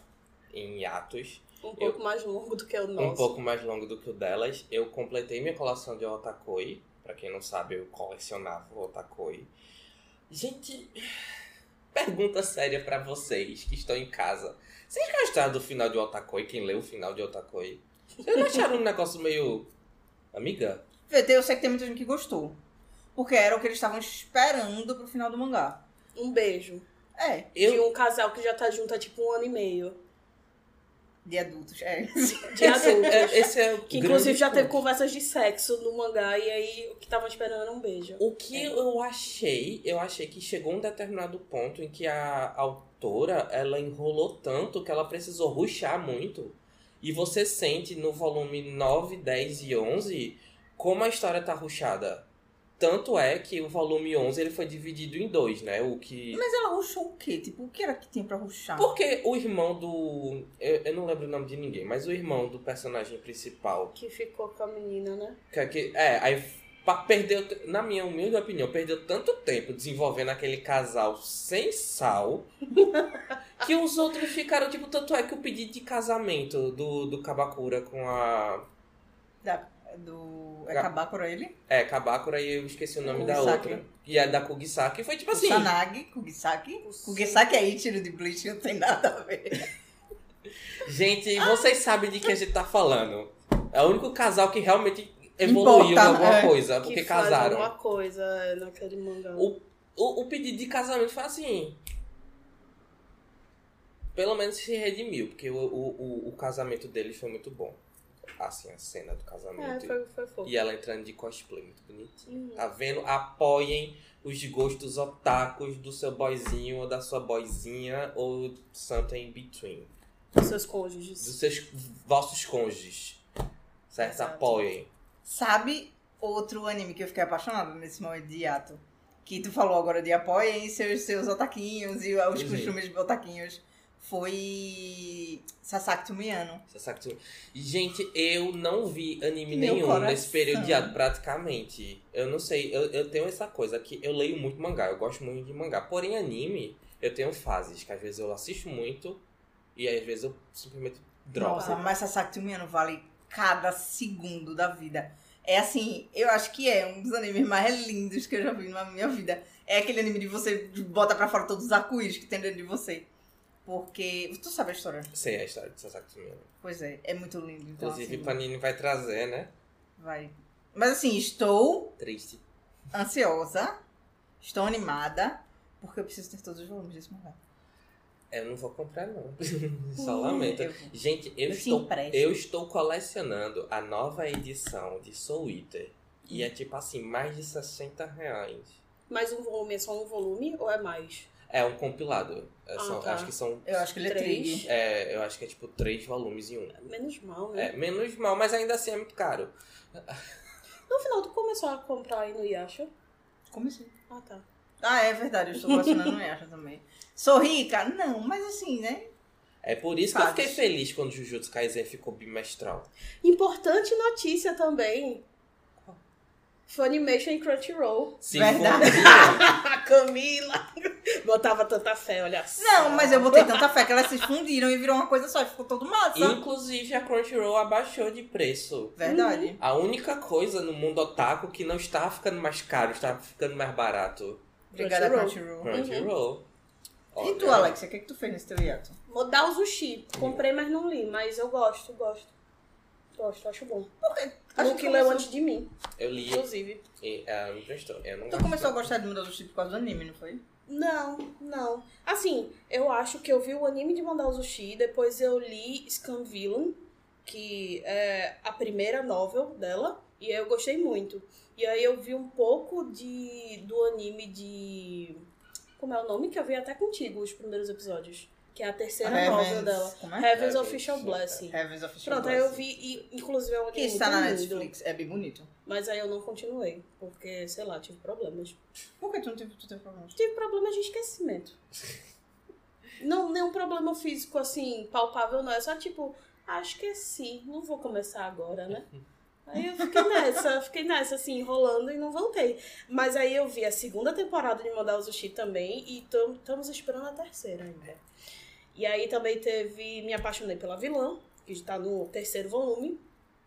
S2: em hiatos,
S3: Um pouco mais longo do que o nosso.
S2: um pouco mais longo do que o delas, eu completei minha coleção de Otakoi. Pra quem não sabe, eu colecionava o Otakoi. Gente, pergunta séria pra vocês que estão em casa. Vocês gostaram do final de Otakoi? Quem leu o final de Otakoi? Vocês não acharam um negócio meio... Amiga?
S1: VT, eu sei que tem muita gente que gostou. Porque era o que eles estavam esperando pro final do mangá.
S3: Um beijo.
S1: É,
S3: De
S2: Eu...
S3: um casal que já tá junto há tipo um ano e meio.
S1: de adultos, é.
S3: De adultos.
S2: é- esse é o
S3: Que
S2: grande
S3: inclusive já
S2: ponto.
S3: teve conversas de sexo no mangá e aí o que tava esperando era um beijo.
S2: O que eu achei, eu achei que chegou um determinado ponto em que a autora, ela enrolou tanto que ela precisou ruxar muito. E você sente no volume 9, 10 e 11 como a história tá ruxada. Tanto é que o volume 11 ele foi dividido em dois, né? O que
S1: Mas ela ruxou o quê? Tipo, o que era que tinha pra ruxar?
S2: Porque o irmão do, eu, eu não lembro o nome de ninguém, mas o irmão do personagem principal
S3: Que ficou com a menina, né?
S2: Que- que- é, aí pa- perdeu, na minha humilde opinião, perdeu tanto tempo desenvolvendo aquele casal sem sal que os outros ficaram, tipo, tanto é que o pedido de casamento do, do Kabakura com a.
S1: Da, do. É
S2: Ga-
S1: Kabakura ele?
S2: É, Kabakura e eu esqueci o nome da
S1: Kugisaki.
S2: outra. E a da Kugisaki foi tipo assim.
S1: Assim, Kusanagi, Kugisaki. Kugisaki é Ichiro de Bleach, não tem nada a ver.
S2: Gente, vocês sabem de que a gente tá falando. É o único casal que realmente evoluiu em
S1: Importa,
S2: alguma
S1: é.
S2: coisa,
S3: Que
S2: porque
S3: faz
S2: casaram.
S3: alguma coisa é, naquele mangá.
S2: O- o, o pedido de casamento foi assim. Pelo menos se redimiu, porque o, o, o, o casamento deles foi muito bom. Assim, a cena do
S3: É,
S2: casamento.
S3: foi, foi fofo.
S2: E ela entrando de cosplay, muito bonitinho.
S3: Hum.
S2: Tá vendo? Apoiem os gostos otakus do seu boyzinho ou da sua boyzinha ou something in between.
S3: Hum. Seus cônjuges.
S2: Dos seus vossos cônjuges. Certo?
S3: Exato.
S2: Apoiem.
S1: Sabe outro anime que eu fiquei apaixonada nesse momento de hiato? Que tu falou agora de apoiem seus, seus otaquinhos e os
S2: Uhum.
S1: costumes de otaquinhos. Foi Sasaki Tumiano.
S2: Você sabe que tu- Gente, eu não vi anime
S1: Meu
S2: nenhum
S1: coração.
S2: nesse período de ano, praticamente. Eu não sei, eu, eu tenho essa coisa que eu leio muito mangá, eu gosto muito de mangá. Porém, anime, eu tenho fases, que às vezes eu assisto muito e às vezes eu simplesmente dropo.
S1: Nossa, mas Sasaki Tumiano vale cada segundo da vida. É assim, eu acho que é um dos animes mais lindos que eu já vi na minha vida. É aquele anime de você bota pra fora todos os arco-íris que tem dentro de você. Porque. Tu sabe a história?
S2: Sei a história de Sasaki Tsumino.
S1: Pois é, é muito lindo. Então,
S2: Inclusive,
S1: assim,
S2: Panini vai trazer, né?
S1: vai. Mas assim, estou
S2: Triste.
S1: ansiosa, estou animada, porque eu preciso ter todos os volumes desse mangá.
S2: Eu não vou comprar, não. Só lamento.
S1: Eu Assim, vou.
S2: Gente, eu
S1: Eu te
S2: estou,
S1: empresto.
S2: eu estou colecionando a nova edição de Soul Eater. E é tipo assim, mais de 60 reais.
S3: Mais um volume, é só um volume ou é mais?
S2: É um compilado. É,
S3: Ah,
S2: são-
S3: tá.
S2: Acho que são.
S1: Eu acho que ele é
S3: Três.
S1: trig.
S2: é, eu acho que é tipo três volumes em um.
S3: Menos mal, né?
S2: É,
S1: Uhum.
S2: menos mal, mas ainda assim é muito caro.
S3: No final, tu começou a comprar aí no Yasha?
S1: Como assim?
S3: Ah, tá.
S1: Ah, é verdade, eu estou colecionando no Yasha também. Sou rica? Não, mas assim, né?
S2: É por isso que eu
S1: Fatos.
S2: fiquei feliz quando Jujutsu Kaisen ficou bimestral.
S3: Importante notícia também. Funimation e Crunchyroll.
S2: Se
S1: Verdade.
S2: for-
S3: A Camila botava tanta fé, olha só.
S1: Não, mas eu botei tanta fé que elas se fundiram e virou uma coisa só, e ficou todo massa.
S2: Inclusive a Crunchyroll abaixou de preço.
S1: Verdade.
S2: A única coisa no mundo otaku que não estava ficando mais caro, estava ficando mais barato.
S1: Obrigada,
S3: Crunchyroll.
S1: Crunchyroll.
S2: Crunchyroll.
S1: Uhum. E tu, Alexa, o que, é que tu fez nesse teu hiato?
S3: Vou dar o sushi. Comprei, mas não li. Mas eu gosto, gosto. Gosto, acho bom.
S1: A
S3: Acho
S1: gente
S3: que leu
S1: começou-
S3: Um é antes de mim,
S2: Eu li
S3: inclusive.
S2: e ela me emprestou. Eu não
S1: Tu
S2: gosto
S1: começou a
S2: tanto.
S1: gostar de Mandar Sushi por causa do anime, não foi?
S3: Não, não. Assim, eu acho que eu vi o anime de Mandar o Sushi, depois eu li Scam Villain, que é a primeira novel dela, e aí eu gostei muito. E aí eu vi um pouco de do anime de. Como é o nome? Que eu vi até contigo os primeiros episódios. Que é a terceira novel dela.
S1: Como é?
S3: Heaven's
S2: Heaven's
S3: Official Blessing.
S1: Heavens of Steel
S3: Pronto, aí eu
S1: Blessing.
S3: vi, e inclusive é um
S1: Que
S3: anime
S1: está na
S3: muito lindo,
S1: Netflix. É bem bonito.
S3: Mas aí eu não continuei, porque, sei lá, tive problemas.
S1: Por que tu não teve, tu teve problema?
S3: Tive problema de esquecimento. Não, nenhum problema físico, assim, palpável, não. É só tipo, ah, esqueci, não vou começar agora, né? Aí eu fiquei nessa, fiquei nessa, assim, enrolando e não voltei. Mas aí eu vi a segunda temporada de Mandar o Sushi também e estamos esperando a terceira ainda. E aí também teve Me Apaixonei pela Vilã, que está no terceiro volume,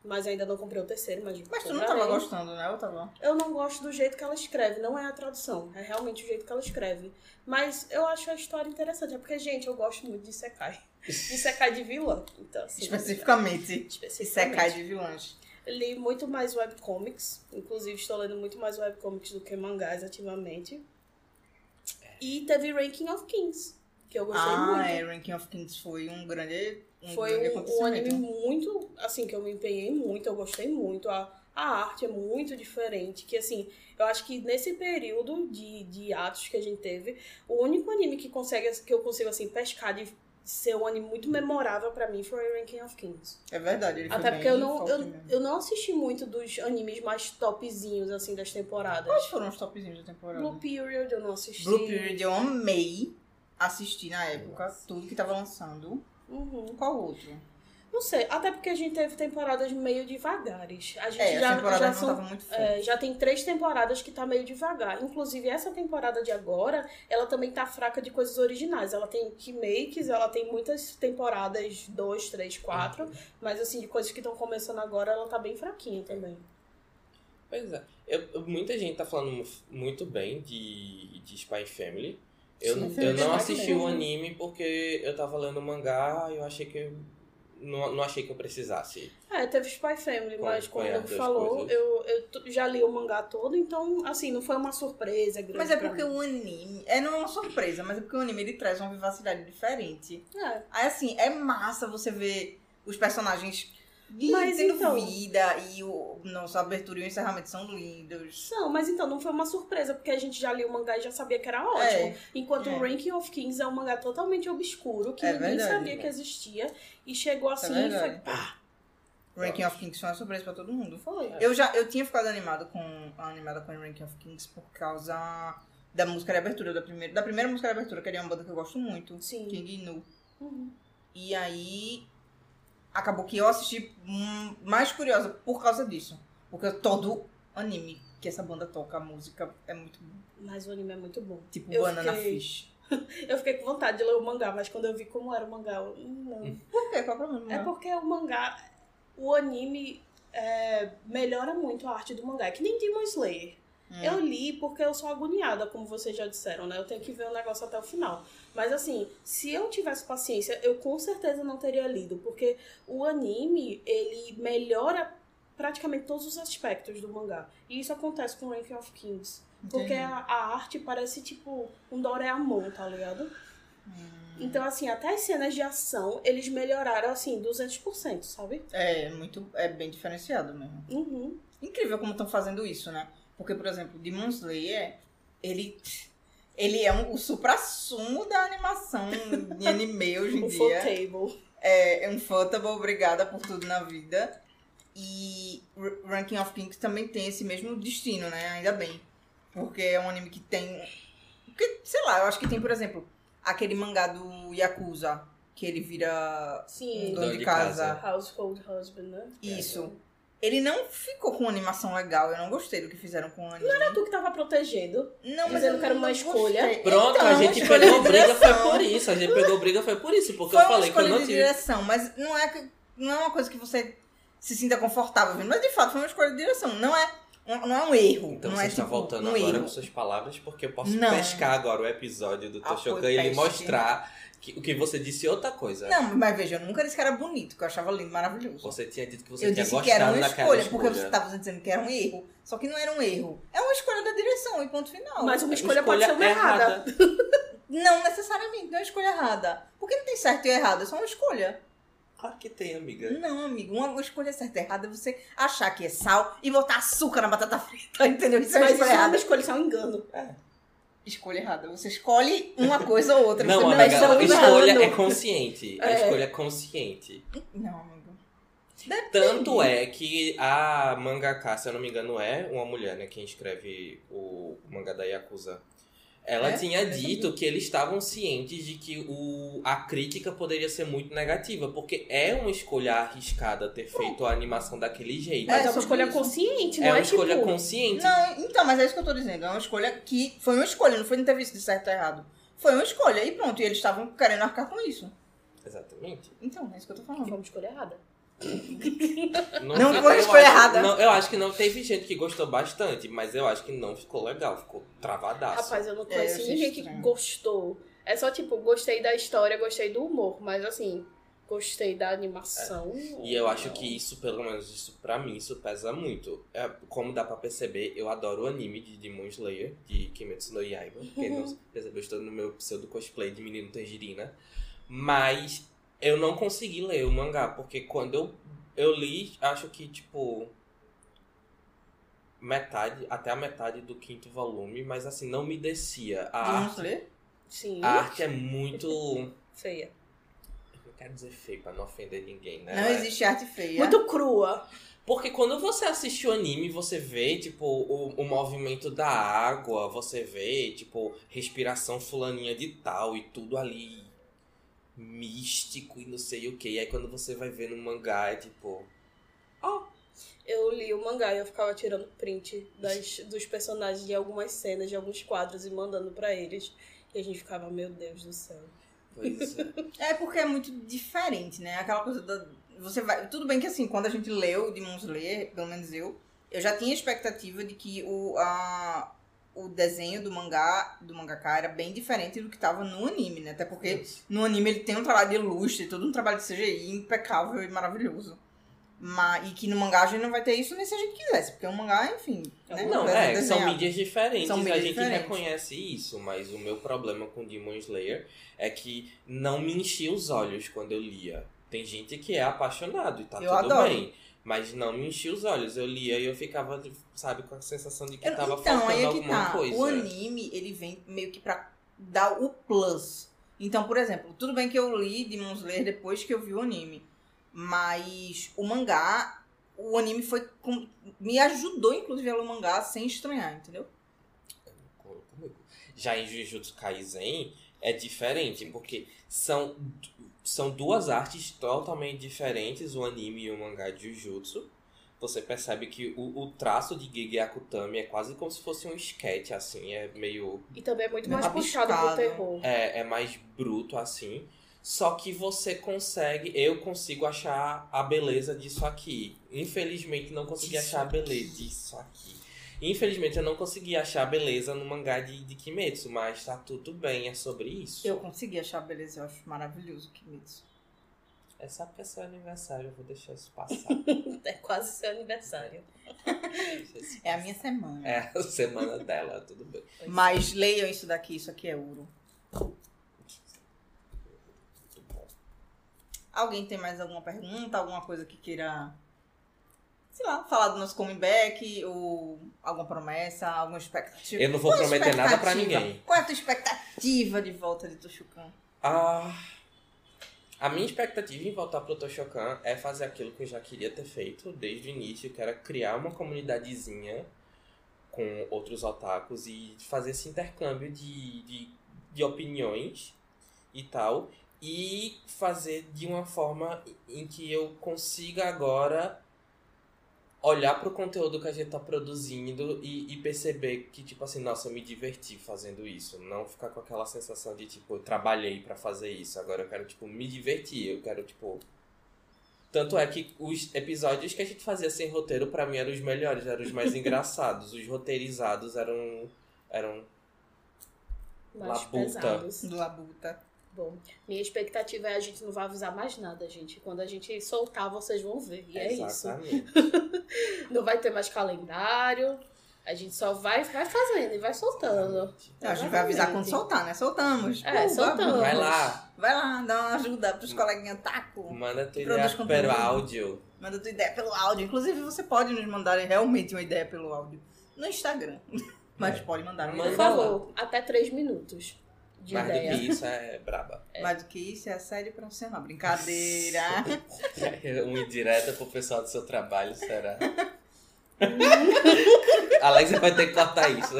S3: mas ainda não comprei o terceiro, mas
S1: Mas tu não tava
S3: comprarei.
S1: gostando, né? Eu tava.
S3: Eu não gosto do jeito que ela escreve, não é a tradução, é realmente o jeito que ela escreve. Mas eu acho a história interessante, é porque, gente, eu gosto muito de Sekai. De Sekai de vilã. Então, assim,
S1: Especificamente. é Se secar
S3: Especificamente.
S1: de vilões.
S3: Li muito mais webcomics, inclusive estou lendo muito mais webcomics do que mangás ativamente. E teve Ranking of Kings, que eu gostei
S1: ah,
S3: muito.
S1: é. Ranking of Kings foi um grande. Um grande
S3: Foi um, um
S1: acontecimento.
S3: anime muito, assim, que eu me empenhei muito, eu gostei muito. A, a arte é muito diferente, que assim, eu acho que nesse período de, de atos que a gente teve, o único anime que consegue, que eu consigo, assim, pescar de ser um anime muito memorável pra mim foi Ranking of Kings.
S1: É verdade. Ele foi
S3: Até
S1: bem
S3: porque eu não,
S1: forte
S3: eu,
S1: mesmo.
S3: eu não assisti muito dos animes mais topzinhos, assim, das temporadas.
S1: Quais foram os topzinhos da temporada?
S3: Blue Period eu não assisti.
S1: Blue Period eu amei assistir na época tudo que tava lançando.
S3: Uhum.
S1: Qual outro?
S3: Não sei, até porque a gente teve temporadas meio devagares. A gente
S1: É,
S3: já,
S1: as temporadas
S3: já
S1: não
S3: são
S1: estavam muito fortes.
S3: É, já tem três temporadas que tá meio devagar. Inclusive, essa temporada de agora, ela também tá fraca de coisas originais. Ela tem remakes, ela tem muitas temporadas, dois, três, quatro.
S2: Uhum.
S3: Mas assim, de coisas que estão começando agora, ela tá bem fraquinha também.
S2: Pois é. Eu- eu- muita gente tá falando mu- muito bem de, de Spy Family. Eu,
S1: Sim,
S2: eu
S1: Spy
S2: não assisti o
S3: Family.
S2: anime porque eu tava lendo o mangá e eu achei que. eu- Não, não achei que eu precisasse.
S3: É, teve Spy Family,
S2: Bom,
S3: mas como
S2: foi
S3: ele
S2: as duas
S3: falou,
S2: coisas.
S3: eu, eu t- já li o mangá todo, então, assim, não foi uma surpresa grande.
S1: Mas é
S3: pra
S1: porque
S3: mim.
S1: o anime. É não é uma surpresa, mas é porque o anime ele traz uma vivacidade diferente.
S3: É.
S1: Aí assim, é massa você ver os personagens
S3: Mas
S1: tendo
S3: então-
S1: vida e o. Nossa, a abertura e o encerramento são lindos.
S3: Não, mas então, não foi uma surpresa, porque a gente já lia o mangá e já sabia que era ótimo.
S1: É,
S3: Enquanto
S1: É.
S3: o Ranking of Kings é um mangá totalmente obscuro, que
S1: É
S3: ninguém
S1: verdade,
S3: sabia
S2: né?
S3: que existia, e chegou
S1: Isso é
S3: assim e foi
S1: verdade.
S3: pá.
S1: Ranking of Kings foi uma surpresa pra todo mundo.
S3: Foi.
S1: Eu já eu tinha ficado animado com animada com Ranking of Kings por causa da música de abertura, da primeira, da primeira música de abertura, que ele é uma banda que eu gosto muito,
S3: Sim.
S1: King Nu.
S3: Uhum.
S1: E aí acabou que eu assisti hum, mais curiosa por causa disso, porque todo anime que essa banda toca, a música é muito
S3: Mas o anime é muito bom.
S1: tipo
S3: Eu
S1: banana
S3: fiquei-
S1: fish.
S3: Eu fiquei com vontade de ler o mangá, mas quando eu vi como era o mangá, eu, "Hum, não.
S1: Por quê? Qual é o problema?
S3: É porque o mangá, o anime é, melhora muito a arte do mangá, é que nem Demon Slayer.
S1: Hum.
S3: Eu li porque eu sou agoniada, como vocês já disseram, né? Eu tenho que ver o negócio até o final. Mas assim, se eu tivesse paciência, eu com certeza não teria lido, porque o anime, ele melhora praticamente todos os aspectos do mangá. E isso acontece com Ranking of Kings. Porque é-
S1: Entendi.
S3: a, a arte parece tipo um Doraemon, tá ligado?
S1: Hum.
S3: Então, assim, até as cenas de ação, eles melhoraram, assim, 200%, sabe?
S1: É, muito é bem diferenciado mesmo.
S3: Uhum.
S1: incrível como estão fazendo isso, né? Porque, por exemplo, Demon Slayer, ele, ele é um, o supra-sumo da animação de anime hoje em
S3: O full
S1: dia.
S3: table.
S1: É, é um Fotable, obrigada por tudo na vida. E R- Ranking of Kings também tem esse mesmo destino, né? Ainda bem. Porque é um anime que tem. Porque, sei lá, eu acho que tem, por exemplo, aquele mangá do Yakuza, que ele vira um
S3: Sim.
S1: dono de casa.
S3: Household husband, né?
S1: Isso. Ele não ficou com animação legal, eu não gostei do que fizeram com o anime. Não,
S3: Era tu que tava protegendo.
S1: mas
S3: Dizendo
S1: eu
S3: que era uma
S1: não
S3: escolha.
S1: gostei.
S2: Pronto,
S1: Então,
S2: a
S1: é uma
S2: gente
S1: escolha
S2: pegou
S1: de
S2: briga, foi
S1: direção.
S2: por isso. A gente pegou briga, foi por isso. Porque
S1: Foi
S2: eu
S1: uma
S2: falei que eu
S1: escolha
S2: não
S1: de
S2: tive.
S1: direção, mas não é, que- não é uma coisa que você se sinta confortável vendo. Mas de fato foi uma escolha de direção. Não é um- não é um erro.
S2: Então
S1: não
S2: você
S1: é,
S2: está
S1: tipo,
S2: voltando
S1: um
S2: agora
S1: erro.
S2: com suas palavras, porque eu posso
S1: Não.
S2: pescar agora o episódio do
S1: Ah,
S2: Toshokan
S1: foi
S2: e lhe
S1: peste.
S2: mostrar que o que você disse é outra coisa.
S1: Não, mas veja, eu nunca disse que era bonito, que eu achava lindo, maravilhoso.
S2: Você tinha dito que você
S1: eu
S2: tinha
S1: disse que era
S2: gostado
S1: uma
S2: daquela
S1: escolha, porque
S2: escolha.
S1: você estava dizendo que era um erro. Só que não era um erro. É uma escolha da direção e ponto final.
S3: Mas uma escolha, pode ser uma errada.
S2: errada.
S1: Não necessariamente, não é uma escolha errada. Porque não tem certo e errado, é só uma escolha.
S2: Claro que tem, amiga.
S1: Não, amigo, uma uma escolha certa e errada é você achar que é sal e botar açúcar na batata frita, entendeu? Isso é uma
S3: Mas
S1: escolha
S3: isso não é uma
S1: errada.
S3: escolha, isso é um engano.
S1: Escolha errada. Você escolhe uma coisa ou outra.
S2: Não,
S1: você
S2: amiga,
S1: escolhe
S2: a
S3: estamos
S1: nada.
S2: escolha é
S3: errando.
S2: consciente. A
S3: É.
S2: escolha é consciente.
S1: Não, amigo.
S2: Tanto é que a mangaka, se eu não me engano, é uma mulher, né? Quem escreve o mangá da Yakuza. Ela
S1: É?
S2: tinha
S1: Eu
S2: dito que eles estavam cientes de que o, a crítica poderia ser muito negativa, porque é uma escolha arriscada ter feito a animação daquele jeito.
S3: Mas
S1: É,
S3: é, uma
S1: sobre
S3: escolha
S1: isso.
S3: consciente, não
S2: É
S3: é,
S2: uma escolha
S3: tipo...
S2: consciente.
S1: Não, então, mas é isso que eu tô dizendo. É uma escolha que. Foi uma escolha, não foi não ter visto de certo ou errado. Foi uma escolha e pronto. E eles estavam querendo arcar com isso.
S2: Exatamente.
S1: Então, é isso que eu tô falando.
S3: Foi uma escolha errada.
S1: Não
S2: eu
S1: foi escolha
S2: acho-
S1: errada.
S2: não, eu acho que não teve gente que gostou bastante, mas eu acho que não ficou legal, ficou travadaço.
S3: Rapaz, eu não
S1: É, eu
S3: conheci
S1: achei
S3: ninguém que
S1: estranho.
S3: gostou. É só tipo, gostei da história, gostei do humor, mas assim, gostei da animação.
S2: E eu acho
S3: não.
S2: que isso, pelo menos isso pra mim, isso pesa muito. É, como dá pra perceber, eu adoro o anime de Demon Slayer, de Kimetsu no Yaiba. Quem não percebeu, eu estou no meu pseudo cosplay de menino tangerina. Mas eu não consegui ler o mangá, porque quando eu, eu li, acho que, tipo... Metade, até a metade do quinto volume, mas assim, não me descia. A,
S1: Demon
S2: arte,
S1: Slayer?
S3: Sim,
S2: a arte é muito...
S3: feia.
S2: Não quero dizer feio pra não ofender ninguém, né?
S1: Não
S2: Mas-
S1: existe arte feia.
S3: Muito crua.
S2: Porque quando você assiste o anime, você vê, tipo, o, o movimento da água, você vê, tipo, respiração fulaninha de tal e tudo ali místico e não sei o que. E aí quando você vai ver no mangá, é tipo.
S3: Eu li o mangá e eu ficava tirando print das, dos personagens de algumas cenas, de alguns quadros e mandando pra eles. E a gente ficava, meu Deus do céu.
S2: Pois é.
S1: É porque é muito diferente, né? Aquela coisa da. Você vai. Tudo bem que assim, quando a gente leu Demon Slayer, pelo menos eu, eu já tinha expectativa de que o, a, o desenho do mangá, do mangaka, era bem diferente do que tava no anime, né? Até
S2: É
S1: porque no anime ele tem um trabalho de ilustre, todo um trabalho de CGI impecável e maravilhoso. Mas, e que no mangá a gente não vai ter isso nem se a gente quisesse, porque o mangá, enfim. né? desenho
S2: Não, é, são
S1: desenhado.
S2: mídias diferentes,
S1: São mídias
S2: a gente
S1: diferentes.
S2: reconhece isso, mas o meu problema com Demon Slayer é que não me enchia os olhos quando eu lia. Tem gente que é apaixonado e tá
S1: Eu
S2: tudo
S1: adoro.
S2: bem, mas não me enchia os olhos. Eu lia e eu ficava, sabe, com a sensação de que
S1: Eu-
S2: tava
S1: então,
S2: faltando
S1: aí é que
S2: alguma
S1: tá.
S2: coisa.
S1: O anime, ele vem meio que pra dar o plus. Então, por exemplo, tudo bem que eu li Demon Slayer depois que eu vi o anime. Mas o mangá, o anime foi. com- me ajudou, inclusive, a ler o mangá sem estranhar, entendeu?
S2: Concordo comigo. Já em Jujutsu Kaisen é diferente, porque são, são duas artes totalmente diferentes, o anime e o mangá de Jujutsu. Você percebe que o, o traço de Gege Akutami é quase como se fosse um esquete, assim, é meio
S3: E também é muito
S1: Bem
S3: mais puxado pro
S1: rabiscado.
S3: terror.
S2: é, é mais bruto assim. Só que você consegue, eu consigo achar a beleza disso aqui. Infelizmente não consegui
S1: Disso
S2: achar a beleza
S1: aqui.
S2: disso aqui. Infelizmente eu não consegui achar a beleza no mangá de, de Kimetsu, mas tá tudo bem, é sobre isso.
S1: Eu consegui achar a beleza, eu acho maravilhoso o Kimetsu.
S2: É só porque é seu aniversário, eu vou deixar isso passar.
S3: É quase seu aniversário.
S2: Deixa isso
S1: É a
S2: passar.
S1: minha semana.
S2: É a semana dela, tudo bem.
S3: é.
S1: Mas leiam isso daqui, isso aqui é ouro.
S2: Muito bom.
S1: Alguém tem mais alguma pergunta, alguma coisa que queira, sei lá, falar do nosso comeback, ou alguma promessa, alguma expectativa?
S2: Eu não vou
S1: Qual a
S2: prometer nada pra
S1: expectativa?
S2: ninguém.
S1: Qual é a tua expectativa de volta de Toshukan?
S2: Ah, a minha expectativa em voltar pro Toshokan é fazer aquilo que eu já queria ter feito desde o início, que era criar uma comunidadezinha com outros otakus e fazer esse intercâmbio de, de, de opiniões e tal. E fazer de uma forma em que eu consiga agora olhar pro conteúdo que a gente tá produzindo e, e perceber que, tipo assim, nossa, eu me diverti fazendo isso. Não ficar com aquela sensação de, tipo, eu trabalhei pra fazer isso, agora eu quero, tipo, me divertir, eu quero, tipo, Tanto é que os episódios que a gente fazia sem roteiro, pra mim, eram os melhores, eram os mais engraçados. Os roteirizados eram. eram
S3: Mais
S2: Labuta.
S3: pesados.
S1: Do Labuta.
S3: Bom, minha expectativa é a gente não vai avisar mais nada, gente. Quando a gente soltar, vocês vão ver. E é isso.
S2: Exatamente.
S3: Não vai ter mais calendário. A gente só vai, vai fazendo e vai soltando.
S1: Não, a gente vai avisar quando
S3: Exatamente.
S1: soltar, né? Soltamos.
S3: É,
S1: Pô,
S3: soltamos.
S1: babu.
S2: Vai lá, Hum.
S1: Vai lá, dá uma ajuda pros coleguinhas taco.
S2: manda tua
S1: Produz
S2: ideia
S1: conteúdo.
S2: pelo áudio.
S1: Manda tua ideia pelo áudio. Inclusive, você pode nos mandar realmente uma ideia pelo áudio. No Instagram. Mas
S2: É.
S1: pode mandar.
S2: Manda
S1: Mas...
S3: Por favor, até três minutos de
S2: Mais do
S3: ideia.
S2: que isso é braba.
S1: Mais do que isso, é assédio profissional. Brincadeira.
S2: Uma indireta pro pessoal do seu trabalho, será? Alex vai ter que cortar isso.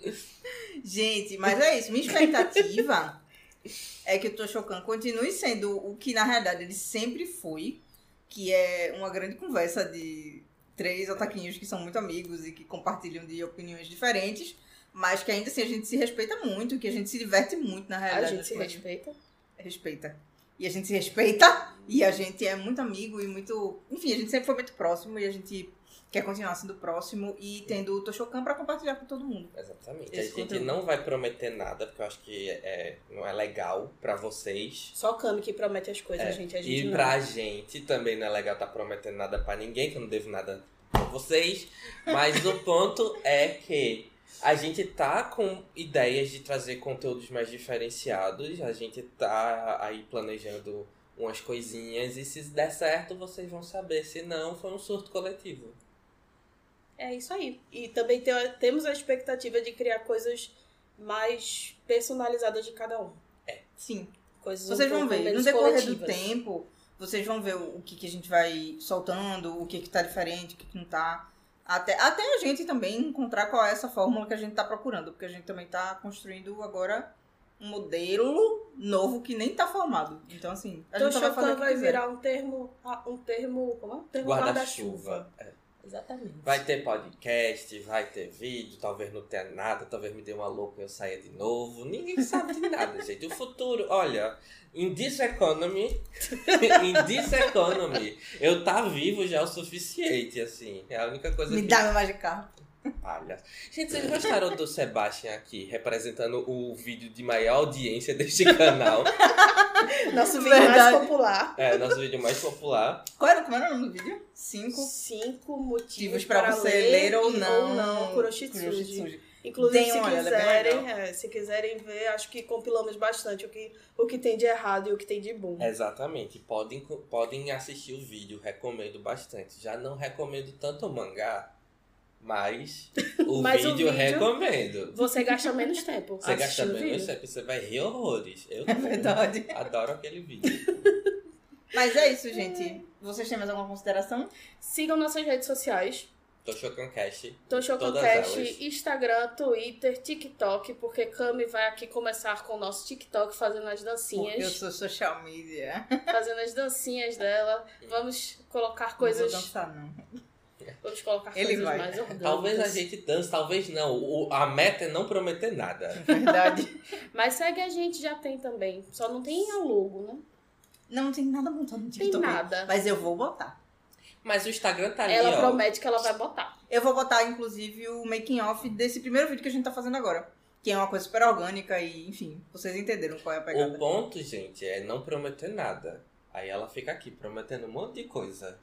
S1: Gente, mas é isso. Minha expectativa é que o Tô Chocando continue sendo o que, na realidade, ele sempre foi. Que é uma grande conversa de três otaquinhos que são muito amigos e que compartilham de opiniões diferentes. Mas que ainda assim a gente se respeita muito, que a gente se diverte muito, na
S3: A
S1: realidade. assim,
S3: gente
S1: das
S3: se
S1: coisas.
S3: respeita.
S1: respeita. E a gente se respeita e a gente é muito amigo e muito. Enfim, a gente sempre foi muito próximo e a gente quer continuar sendo próximo e tendo o Toshokan pra compartilhar com todo mundo.
S2: Exatamente.
S1: Esse
S2: a gente
S1: conteúdo.
S2: não vai prometer nada, porque eu acho que é, não é legal pra vocês.
S3: Só o Cami que promete as
S1: É,
S3: coisas, gente. A gente
S2: E
S3: não.
S2: pra gente também não é legal tá prometendo nada pra ninguém, que eu não devo nada pra vocês. Mas o ponto é que a gente tá com ideias de trazer conteúdos mais diferenciados. A gente tá aí planejando umas coisinhas. E se der certo, vocês vão saber. Se não, foi um surto coletivo.
S3: É isso aí. E também te- temos a expectativa de criar coisas mais personalizadas de cada um.
S1: Sim.
S3: Coisas um
S1: Vocês vão
S3: pouco
S1: ver. No
S3: menos
S1: decorrer do
S3: coletivas.
S1: tempo, vocês vão ver o que, que a gente vai soltando, o que, que tá diferente, o que, que não tá. Até, até a gente também encontrar qual é essa fórmula que a gente tá procurando, porque a gente também tá construindo agora um modelo novo que nem tá formado. Então, assim, a
S3: Tô
S1: gente só vai fazer.
S3: chocando
S1: o que
S3: vai
S1: quiser.
S3: virar um termo. ah, Um termo. Como é? Um termo guarda-chuva.
S2: Guarda-chuva.
S3: Exatamente.
S2: Vai ter podcast, vai ter vídeo, talvez não tenha nada, talvez me dê uma louca e eu saia de novo. Ninguém sabe de nada, gente. O futuro, olha, in this economy, in this economy, eu tá vivo já o suficiente, assim. É a única coisa
S1: Me
S2: que
S1: dá meu magicarro.
S2: palha. Gente, vocês gostaram do Sebastian aqui, representando o vídeo de maior audiência deste canal?
S3: Nosso vídeo
S1: Verdade.
S3: mais popular.
S2: É, nosso vídeo mais popular.
S1: Qual era, como era o nome do vídeo? Cinco
S3: Cinco motivos
S1: motivos pra você ler ou
S3: e-
S1: não.
S3: Ou não, Kuroshitsuji.
S1: Kuroshitsuji.
S3: Inclusive,
S1: Deem
S3: se
S1: uma olhada, bem
S3: quiserem, é, se quiserem ver, acho que compilamos bastante o que, o que tem de errado e o que tem de
S2: É.
S3: bom.
S2: Exatamente, podem, podem assistir o vídeo, recomendo bastante. Já não recomendo tanto o mangá, mas o,
S3: Mas o
S2: vídeo,
S3: vídeo-
S2: recomendo.
S3: Você gasta menos tempo.
S2: Você gasta
S3: assistindo o
S2: menos
S3: vídeo.
S2: tempo, você vai rir horrores. Eu
S1: É verdade.
S2: adoro aquele vídeo.
S1: Mas é isso, gente. Vocês têm mais alguma consideração?
S3: Sigam nossas redes sociais.
S2: Tô chocando cast. Todas elas.
S3: Toshokancast, Instagram, Twitter, TikTok, porque Cami vai aqui começar com o nosso TikTok fazendo as
S1: Porque eu
S3: dancinhas.
S1: sou social media.
S3: Fazendo as dancinhas dela. Vamos colocar
S1: Não
S3: coisas.
S1: vou dançar, não.
S3: Vamos colocar
S1: Ele
S3: coisas
S1: vai.
S3: mais orgânicas.
S2: Talvez a gente dance, talvez não. O- a meta é não prometer nada.
S1: Na É verdade.
S3: Mas segue a gente, já tem também. Só não tem a logo, né?
S1: Não tem nada montado no
S3: Tem
S1: TikTok.
S3: nada.
S1: Mas eu vou botar.
S2: Mas o Instagram tá ali,
S3: Ela
S2: ó.
S3: promete que ela vai botar.
S1: Eu vou botar, inclusive, o making off desse primeiro vídeo que a gente tá fazendo agora. Que é uma coisa super orgânica e, enfim, vocês entenderam qual é a
S2: O
S1: pegada.
S2: ponto, gente, é não prometer nada. Aí ela fica aqui prometendo um monte de coisa.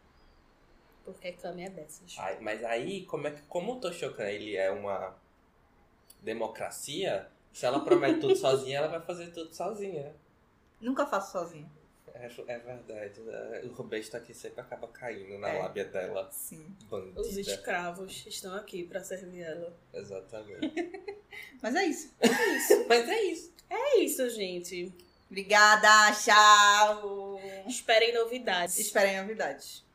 S3: Porque Cami é dessas.
S2: Ai, mas aí, como, é que, como o Toshokan ele é uma democracia, se ela promete tudo sozinha, ela vai fazer tudo sozinha.
S1: Nunca faço sozinha.
S2: É, é verdade. né? O Roberto aqui sempre acaba caindo na
S1: É.
S2: lábia dela.
S1: Sim.
S3: Os
S2: Bandida.
S3: escravos estão aqui pra servir ela.
S2: Exatamente.
S1: Mas é isso.
S2: mas é isso.
S3: É isso, gente.
S1: Obrigada, tchau!
S3: Esperem novidades.
S1: Esperem novidades.